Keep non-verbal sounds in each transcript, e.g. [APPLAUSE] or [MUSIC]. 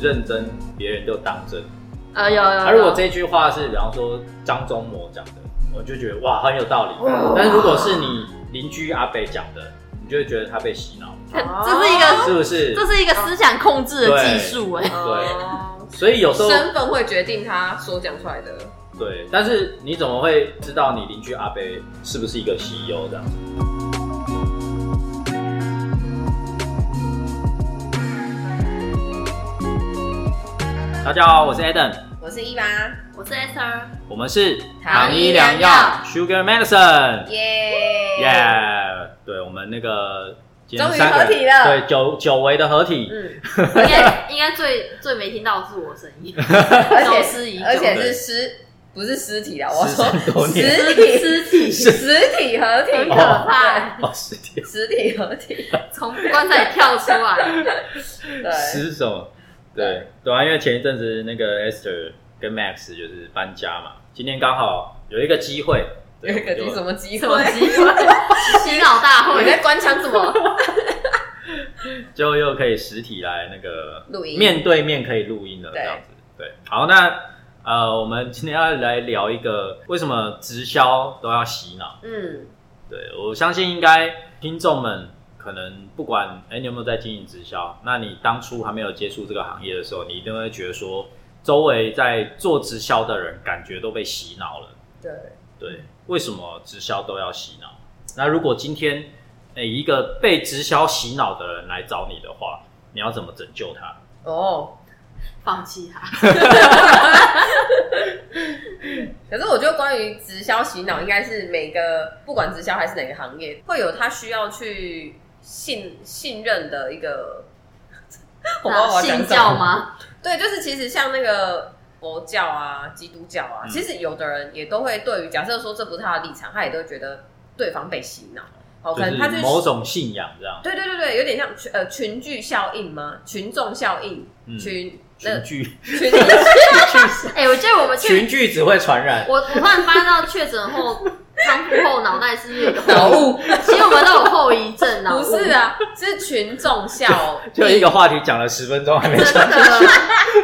认真，别人就当真。啊，有有。而、如果这句话是比方说张忠谋讲的，我就觉得哇很有道理。但是如果是你邻居阿北讲的，你就会觉得他被洗脑，这是一个是不是？这是一个思想控制的技术哎、哦所以有时候身份会决定他所讲出来的。对，但是你怎么会知道你邻居阿北是不是一个 CEO 这样子？大家好，我是 Adam，我是一八， [LAUGHS] 我是 S [LAUGHS] R，我们是糖衣良药 Sugar Medicine，耶耶、对我们那个今天终于三个人合体了对，久久违的合体，嗯，应该应该最最没听到的是我声音，而消且失已久，而且是尸，不是尸体啦，我十说三周年，实体 [LAUGHS] 尸体实体合体，很可哦怕，哦，十天，对实体合体， [LAUGHS] 从棺材里跳出 [LAUGHS] 来，对，十什么？对，对啊，因为前一阵子那个 Esther 跟 Max 就是搬家嘛，今天刚好有一个机会，对有一个我们就什么机什么会？机会？洗脑大 [LAUGHS] [LAUGHS] 你在会，官腔什么？就又可以实体来那个录音面对面可以录音了，这对样子。对，好，那呃，我们今天要来聊一个为什么直销都要洗脑？嗯，对我相信应该听众们可能不管哎、你有没有在经营直销，那你当初还没有接触这个行业的时候，你一定会觉得说周围在做直销的人感觉都被洗脑了。对，对，为什么直销都要洗脑？那如果今天诶、一个被直销洗脑的人来找你的话，你要怎么拯救他？哦，放弃啊他，可是我觉得关于直销洗脑，应该是每个不管直销还是哪个行业，会有他需要去信信任的一 [LAUGHS] 个。我不知道我要讲什信么教吗？对，就是其实像那个佛教啊、基督教啊，嗯其实有的人也都会对于假设说这不是他的立场，他也都会觉得对方被洗脑。哦，可能他就就是是某种信仰这样，对对对对，有点像群呃群聚效应吗？群众效应，嗯群那群聚 [LAUGHS] 群 [LAUGHS] 哎、我记得我们去，群聚只会传 [LAUGHS] 染。我我突然发现到确诊后康复后脑袋 [LAUGHS] 是有一个脑雾，其实我们都有后遗症啊，不是啊，是群众效 [LAUGHS] 就一个话题讲了十分钟还没我，真讲的，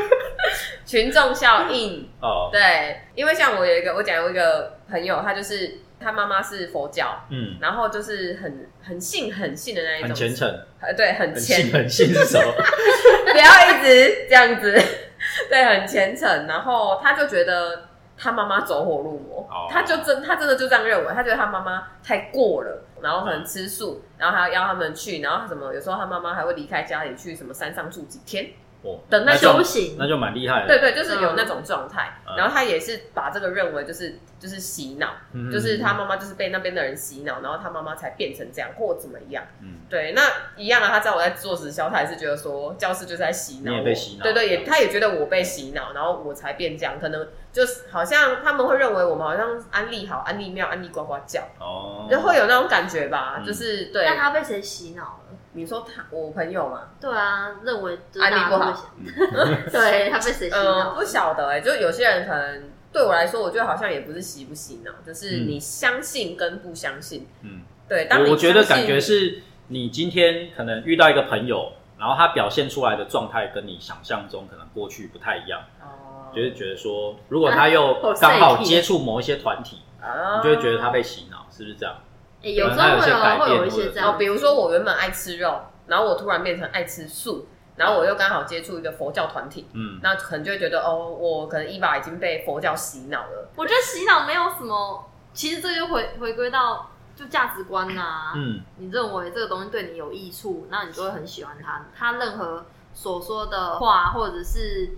[LAUGHS] 群众效应。哦，对，因为像我有一个，我讲有一个朋友，他就是他妈妈是佛教，嗯，然后就是很很信很信的那一种，很虔诚，呃，对，很很虔信，很信是什么？ [LAUGHS] 不要一直这样子， [LAUGHS] 对，很虔诚。然后他就觉得他妈妈走火入魔，哦他就真他真的就这样认为，他觉得他妈妈太过了，然后可能吃素，然后还要要他们去，然后他什么有时候他妈妈还会离开家里去什么山上住几天，哦， [LAUGHS] 等那那种就修行那就蛮厉害的，对对，就是有那种状态。嗯然后他也是把这个认为就是就是洗脑，嗯就是他，妈妈就是被那边的人洗脑，然后他妈妈才变成这样或怎么样。嗯，对，那一样啊，他知道我在做直销，他也是觉得说教师就是在洗脑我，你也被洗脑对对，也他也觉得我被洗脑，然后我才变这样，可能就是好像他们会认为我们好像安利好、安利妙、安利呱呱叫，哦，就会有那种感觉吧，嗯就是对但，他被谁洗脑了？你说他我朋友嘛，对啊，认为就是安利不大好家都会想， [LAUGHS] 对他被谁洗嗯，脑不？晓得哎、就有些人可能对我来说，我觉得好像也不是洗不洗脑，就是嗯你相信跟不相信，嗯，对，当你我我觉得相感信觉是你今天可能遇到一个朋友，然后他表现出来的状态跟你想象中可能过去不太一样，哦就是觉得说，如果他又好刚晒好屁接触某一些团体，啊你就会觉得他被洗脑，是不是这样？哎有时候会有会有一些这哦样，，比如说我原本爱吃肉，然后我突然变成爱吃素，然后我又刚好接触一个佛教团体，嗯，那可能就会觉得哦，我可能伊娃已经被佛教洗脑 [LAUGHS] 了。我觉得洗脑没有什么，其实这就回回归到就价值观呐、嗯，你认为这个东西对你有益处，那你就会很喜欢它。它任何所说的话或者是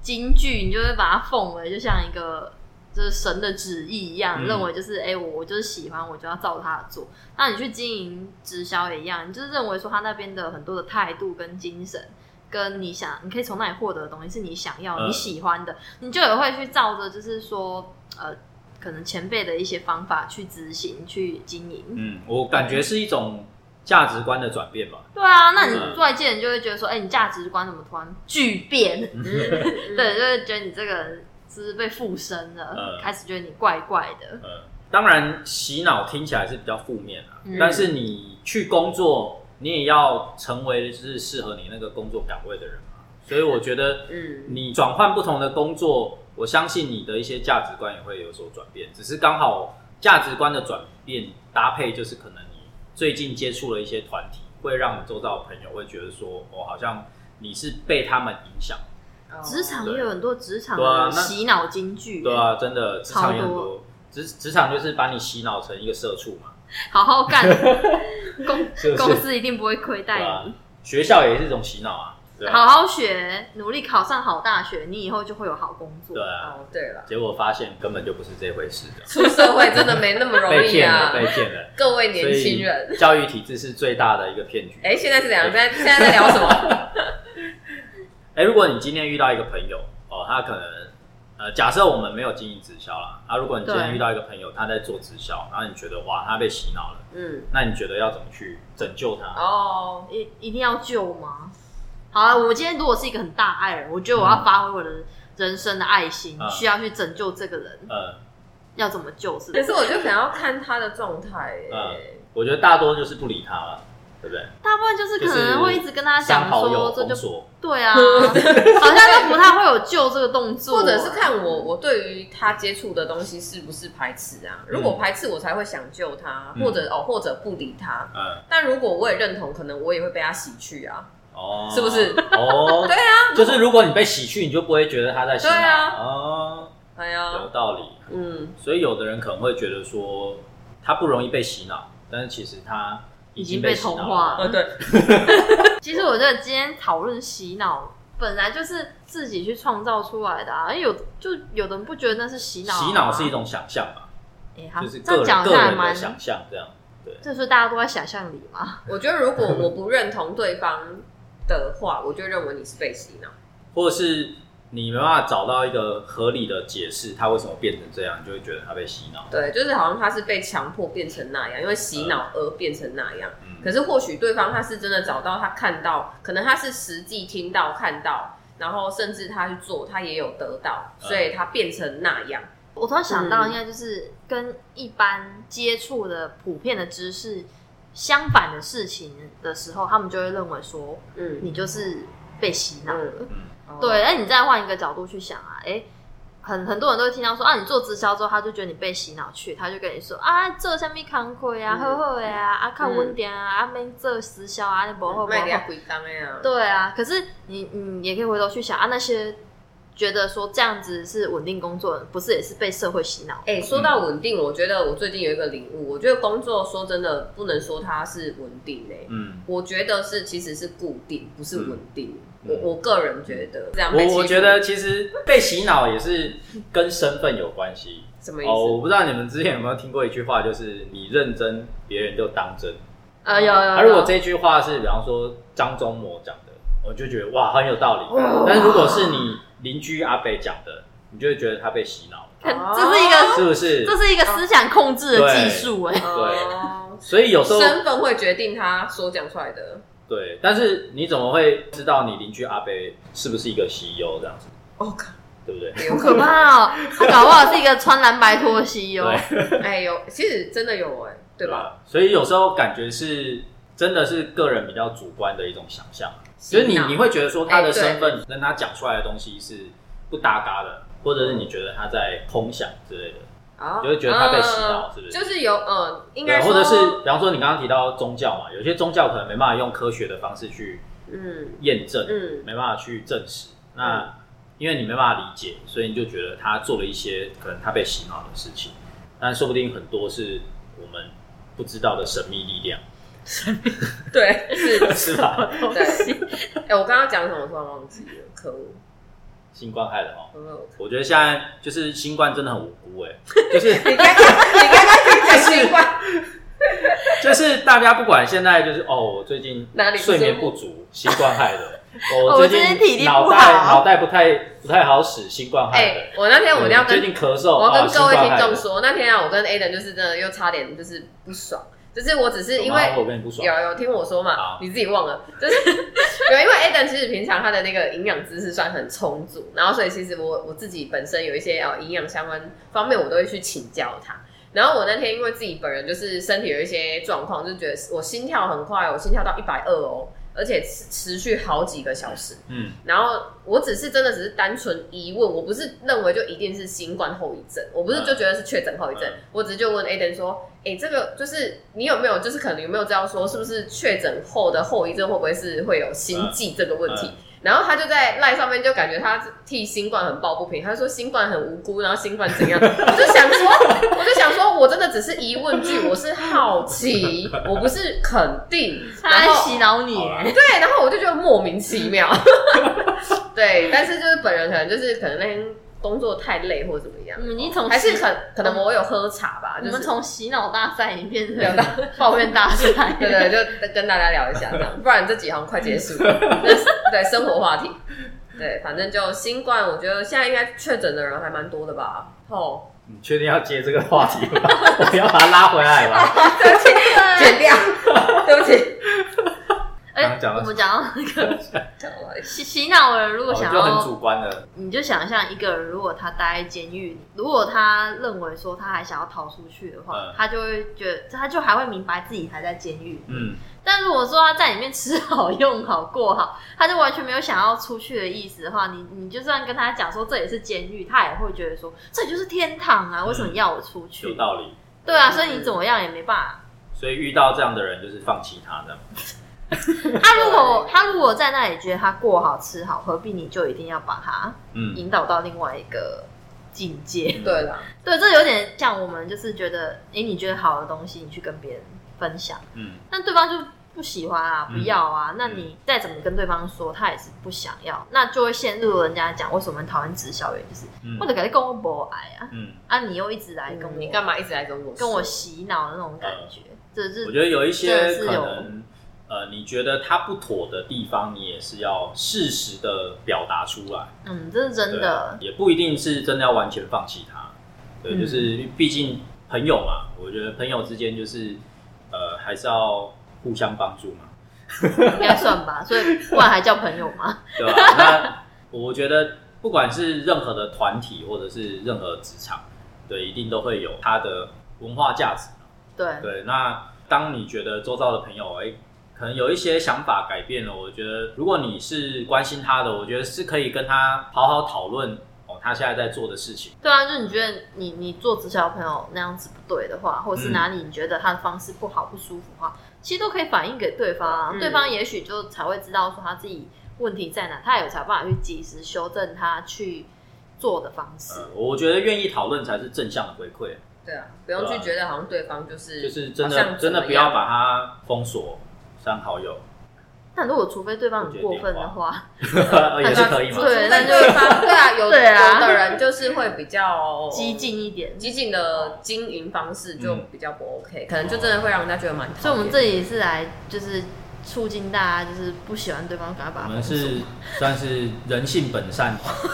金句，你就会把它奉为就像一个就是神的旨意一样，嗯认为就是哎、诶我我就是喜欢，我就要照着它的做。那你去经营直销也一样，你就是认为说他那边的很多的态度跟精神。跟你想，你可以从那里获得的东西是你想要、嗯你喜欢的，你就也会去照着，就是说，呃，可能前辈的一些方法去执行、去经营。嗯，我感觉是一种价值观的转变吧。对啊，那嗯你外界人就会觉得说，哎、你价值观怎么突然巨变？嗯，对，就会觉得你这个人是不是被附身了，嗯开始觉得你怪怪的。呃，当然洗脑听起来是比较负面啊，嗯但是你去工作，你也要成为就是适合你那个工作岗位的人嘛。所以我觉得嗯，你转换不同的工作，我相信你的一些价值观也会有所转变，只是刚好价值观的转变搭配，就是可能你最近接触了一些团体，会让你周遭的朋友会觉得说，哦，好像你是被他们影响，嗯哦职场对也有很多职场对啊的那洗脑金句，对啊，真的职场也很超多，职职场就是把你洗脑成一个社畜嘛，好好干， [LAUGHS] 公是不公是？司一定不会亏对待啊你。，学校也是一种洗脑啊，对好啊，好学，努力考上好大学，你以后就会有好工作。对啊，哦，对了，结果发现根本就不是这回事的，出社会真的没那么 [LAUGHS] 容被易骗了，啊，被骗了。各位所 [LAUGHS] 年轻以人。教育体制是最大的一个骗局。哎，现在是怎样？现在现在在聊什么？ [LAUGHS] 哎、如果你今天遇到一个朋友哦，他可能呃，假设我们没有经营直销啦，啊，如果你今天对遇到一个朋友他在做直销，然后你觉得哇，他被洗脑了，嗯，那你觉得要怎么去拯救他？哦，一一定要救吗？好啊，我今天如果是一个很大爱人，我觉得我要发挥我的人生的爱心，嗯需要去拯救这个人，呃，要怎么救是不可是？是我就可能要看他的状态耶。嗯我觉得大多就是不理他了，对不对？大部分就是可能会一直跟他删讲好友说，这封就锁，对啊， [LAUGHS] 好像都不太会有救这个动作，或者是看我我对于他接触的东西是不是排斥啊？如果排斥，我才会想救他，嗯或者哦，或者不理他。嗯，但如果我也认同，可能我也会被他洗去啊。哦，是不是？哦，对啊， [LAUGHS] 就是如果你被洗去，你就不会觉得他在洗脑，对啊哦，哎有呀，道理。嗯，所以有的人可能会觉得说，他不容易被洗脑，但是其实他已经被洗脑已经被了呃同化哦对，其实我觉得今天讨论洗脑，本来就是自己去创造出来的啊。因为有就有的人不觉得那是洗脑啊，洗脑是一种想象吧，哎，好就是这个人样讲个下还人的蛮，想象这样。对，这是大家都在想象里嘛。我觉得如果我不认同对方的话，我就认为你是被洗脑。或者是你没办法找到一个合理的解释，他为什么变成这样，你就会觉得他被洗脑。对，就是好像他是被强迫变成那样，因为洗脑而变成那样。嗯，可是或许对方他是真的找到他看到，可能他是实际听到看到，然后甚至他去做，他也有得到，嗯所以他变成那样。我突然想到，嗯应该就是跟一般接触的普遍的知识相反的事情的时候，他们就会认为说嗯，你就是被洗脑。嗯，嗯，对，那你再换一个角度去想啊，哎、很很多人都会听到说啊，你做直销之后，他就觉得你被洗脑去，他就跟你说啊，做什么工课啊，嗯好好的啊，啊靠嗯稳定啊，啊免做直销啊，你不好不卖给他好。鬼当哎呀，对啊，可是你你也可以回头去想啊，那些觉得说这样子是稳定工作的人，不是也是被社会洗脑？哎、说到稳定，我觉得我最近有一个领悟，我觉得工作说真的不能说它是稳定哎、嗯，我觉得是其实是固定，不是稳定。嗯我我个人觉得这样被欺我负，我觉得其实被洗脑也是跟身份有关系。什么意思？哦，我不知道你们之前有没有听过一句话，就是你认真，别人就当真。呃，有有有。那、啊如果这句话是比方说张忠谋讲的，我就觉得哇很有道理。哦但是如果是你邻居阿北讲的，你就会觉得他被洗脑，看这是一个、是不是这？是一个思想控制的技术哎、哦所以有时候身份会决定他所讲出来的。对，但是你怎么会知道你邻居阿北是不是一个 CEO 这样子，哦，靠对不对？有好可怕哦！他搞不好是一个穿蓝白拖鞋哦。对哎，有，其实真的有哎、对吧？？所以有时候感觉是真的是个人比较主观的一种想象，啊就是你洗脑你会觉得说他的哎对身份跟他讲出来的东西是不搭嘎的，或者是你觉得他在空想之类的。啊你就会觉得他被洗脑嗯是不是就是有，嗯，应对，该或者是说比方说你刚刚提到宗教嘛，有些宗教可能没办法用科学的方式去嗯验证，嗯没办法去证实。那因为你没办法理解，所以你就觉得他做了一些可能他被洗脑的事情，但说不定很多是我们不知道的神秘力量，对，是，是 [LAUGHS] 吧？ [LAUGHS] 对。哎，我刚刚讲什么突然忘记了，可恶，新冠害的哦。可恶。我觉得现在就是新冠真的很无辜哎、就是 [LAUGHS] 你刚刚你刚刚讲习 [LAUGHS] 惯，就是大家不管现在就是哦，我最近哪里不舒服睡眠不足，新冠害的。哦我我最最近体力不好脑袋脑袋不太不太好使，新冠害的。哎，我那天我一定要对最跟近咳嗽，我要哦跟各位新听众，冠害的说，那天啊，我跟 Aden 就是真的又差点就是不爽，就是我只是因然为后我跟你不爽有，有听我说嘛好，你自己忘了， [LAUGHS] 就是有因为 Aden 其实平常他的那个营养知识算很充足，然后所以其实我我自己本身有一些呃营养相关方面，我都会去请教他。然后我那天因为自己本人就是身体有一些状况，就觉得我心跳很快，我心跳到一百二哦，而且持持续好几个小时。嗯然后我只是真的只是单纯疑问，我不是认为就一定是新冠后遗症，我不是就觉得是确诊后遗症，嗯我只是就问 Aden 说，哎、这个就是你有没有就是可能有没有知道说是不是确诊后的后遗症会不会是会有心悸这个问题？嗯然后他就在赖上面就感觉他替新冠很抱不平，他说新冠很无辜，然后新冠 [LAUGHS] 怎样？我就想说，我就想说，我真的只是疑问句，我是好 [LAUGHS] 奇，我不是肯定。他然在后。洗脑你哎好啊啦耶，对，然后我就觉得莫名其妙。 [LAUGHS] 对，但是就是本人可能就是可能那天工作太累或者怎么样，嗯你从还是洗可可能我有喝茶吧，你就们是从洗脑大赛你变聊成抱 [LAUGHS] 怨大赛，对对，就跟大家聊一下这样，不然这几行快 [LAUGHS] 结束了。那对生活话题，对，反正就新冠，我觉得现在应该确诊的人还蛮多的吧。哦，你确定要接这个话题吗？ [LAUGHS] 我要把它拉回来 [LAUGHS] 吧。 [LAUGHS] 哦剪掉，对不起。哎刚刚讲，到我们讲到那个讲完了洗 [LAUGHS] 洗脑人，如我果想哦就很要主观了。你就想象一个人，如果他待在监狱里，如果他认为说他还想要逃出去的话，嗯他就会觉得，他就还会明白自己还在监狱。嗯，但如果说他在里面吃好、用好、过好，他就完全没有想要出去的意思的话，你你就算跟他讲说这也是监狱，他也会觉得说这就是天堂啊，为什么要我出去？有道理。对啊，所以你怎么样也没办法。所以遇到这样的人，就是放弃他这样。 [LAUGHS] 他如果他如果在那里觉得他过好、吃好，何必你就一定要把他嗯，引导到另外一个境界？ [LAUGHS] 对了，对，这有点像我们就是觉得，诶，你觉得好的东西，你去跟别人分享，嗯但对方就不喜欢啊，不要啊，那你再怎么跟对方说，他也是不想要，那就会陷入人家讲为什么讨厌直销员，就是嗯或者感觉跟我不爱啊，嗯，啊，你又一直来跟我，你干嘛一直来跟我跟说我洗脑的那种感觉，这我是觉得有一些真的可是有能，呃，你觉得他不妥的地方，你也是要适时的表达出来。嗯，这是真的，对也不一定是真的要完全放弃他。对，嗯就是毕竟朋友嘛，我觉得朋友之间就是呃，还是要互相帮助 [LAUGHS] 嘛，啊应该算吧，所以不然还叫朋友 [LAUGHS] 吗？对吧？那我觉得不管是任何的团体或者是任何职场，对，一定都会有它的文化价值。对，对，那当你觉得周遭的朋友，哎、可能有一些想法改变了，我觉得如果你是关心他的，我觉得是可以跟他好好讨论哦，他现在在做的事情。对啊，就你觉得你你做直销的朋友那样子不对的话，或者是嗯哪里你觉得他的方式不好不舒服的话，其实都可以反映给对方啊，嗯对方也许就才会知道说他自己问题在哪，他有才有办法去及时修正他去做的方式。呃，我觉得愿意讨论才是正向的回馈，对啊，不用去觉得好像对方就是就是真好的像真的怎么不要样把它封锁删好 [LAUGHS] 友， [LAUGHS] 但如果除非对方很过分的话，也是可以嘛。对那就对方 [LAUGHS] 对啊，有对啊有的人就是会比较激，进一点。激进的经营方式就嗯比较不 OK，、可能就真的会让人家觉得蛮讨厌。所以我们这里是来就是促进大家就是不喜欢对方，赶快把我他们封锁是算是人性本善， [LAUGHS]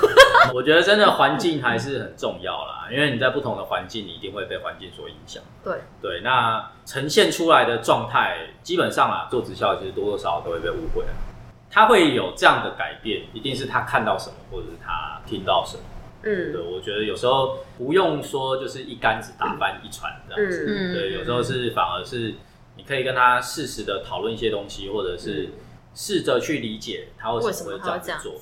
我觉得真的环境还是很重要啦，因为你在不同的环境，你一定会被环境所影响。对对，那呈现出来的状态，基本上啊，做直销其实多多少少都会被误会啊。他会有这样的改变，一定是他看到什么，或者是他听到什么。对，嗯我觉得有时候不用说就是一竿子打翻一船这样子，嗯对，有时候是反而是你可以跟他适时的讨论一些东西，或者是嗯试着去理解他为什么会这样子做。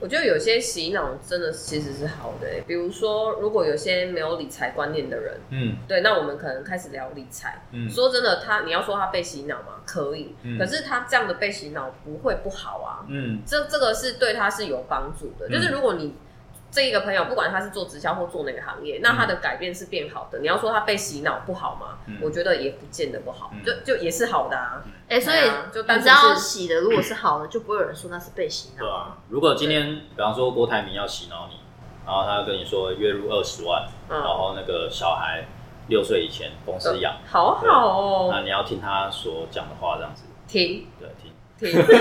我觉得有些洗脑真的其实是好的欸、比如说如果有些没有理财观念的人，嗯对，那我们可能开始聊理财。嗯说真的，他你要说他被洗脑吗？可以，嗯可是他这样的被洗脑不会不好啊。嗯这这个是对他是有帮助的。嗯就是如果你这一个朋友，不管他是做直销或做哪个行业，那他的改变是变好的。你要说他被洗脑不好吗？嗯我觉得也不见得不好，嗯就就也是好的啊。哎、所以对啊就单你知纯是道洗的如果是好的，就不会有人说那是被洗脑。对啊，如果今天比方说郭台铭要洗脑你，然后他跟你说月入二十万，然嗯，后那个小孩六岁以前公司养，好好哦，那你要听他所讲的话这样子，停对，听。停。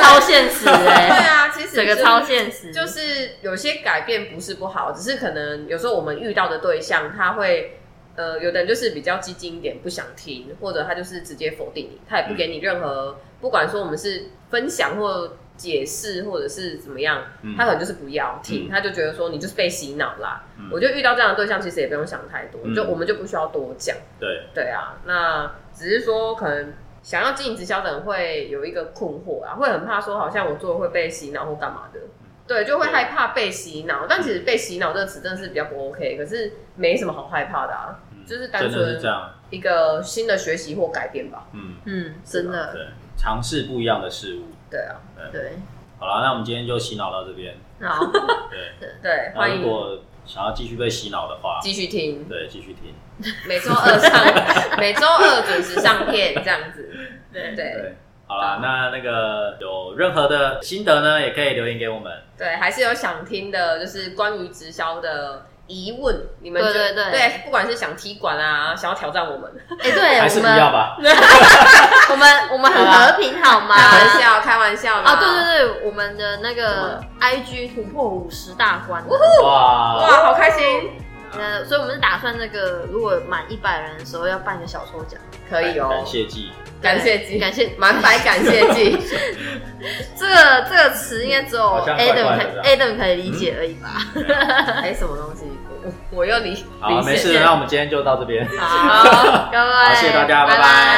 超现实 [LAUGHS] 对哎、啊，其实整个就是超现实，就是有些改变不是不好，只是可能有时候我们遇到的对象，他会呃，有的人就是比较激进一点，不想听，或者他就是直接否定你，他也不给你任何，不管说我们是分享或解释，或者是怎么样，嗯他可能就是不要听，嗯他就觉得说你就是被洗脑啦。嗯我就遇到这样的对象，其实也不用想太多，嗯就我们就不需要多讲。对，对啊，那只是说可能想要经营直销的人会有一个困惑啊，会很怕说好像我做会被洗脑或干嘛的，对，就会害怕被洗脑。但其实被洗脑这个词真的是比较不 OK，可是没什么好害怕的啊，嗯就是单真的纯是这样，一个新的学习或改变吧。嗯，嗯，真的，对，尝试不一样的事物。对啊，对，好了，那我们今天就洗脑到这边。好，对，对，那欢如迎果想要继续被洗脑的话，继续听，对，继续听。每周二上，每周二准时上片这样子。对对对，好啦，那那个有任何的心得呢，也可以留言给我们。对，还是有想听的，就是关于直销的疑问，你们对觉对对不管是想踢馆啊，想要挑战我们，哎，对，还是我不要们吧。我们我们很和平好吗？啊开玩笑，开玩笑啦啊，对对对，我们的那个 IG 突破五十大关了，哇，哇，好开心，呃，所以我们是打算那个如果满一百人的时候要办一个小抽奖，可以哦，感谢季，感谢对季，感谢满百感谢季， [LAUGHS] 这个这个词应该只有好像怪 Adam 怪可的以 Adam 可以理解而已吧？哎，什么东西？我我又离嗯好，没事，那我们今天就到这边。好，各位， [LAUGHS] 好谢谢大家拜拜拜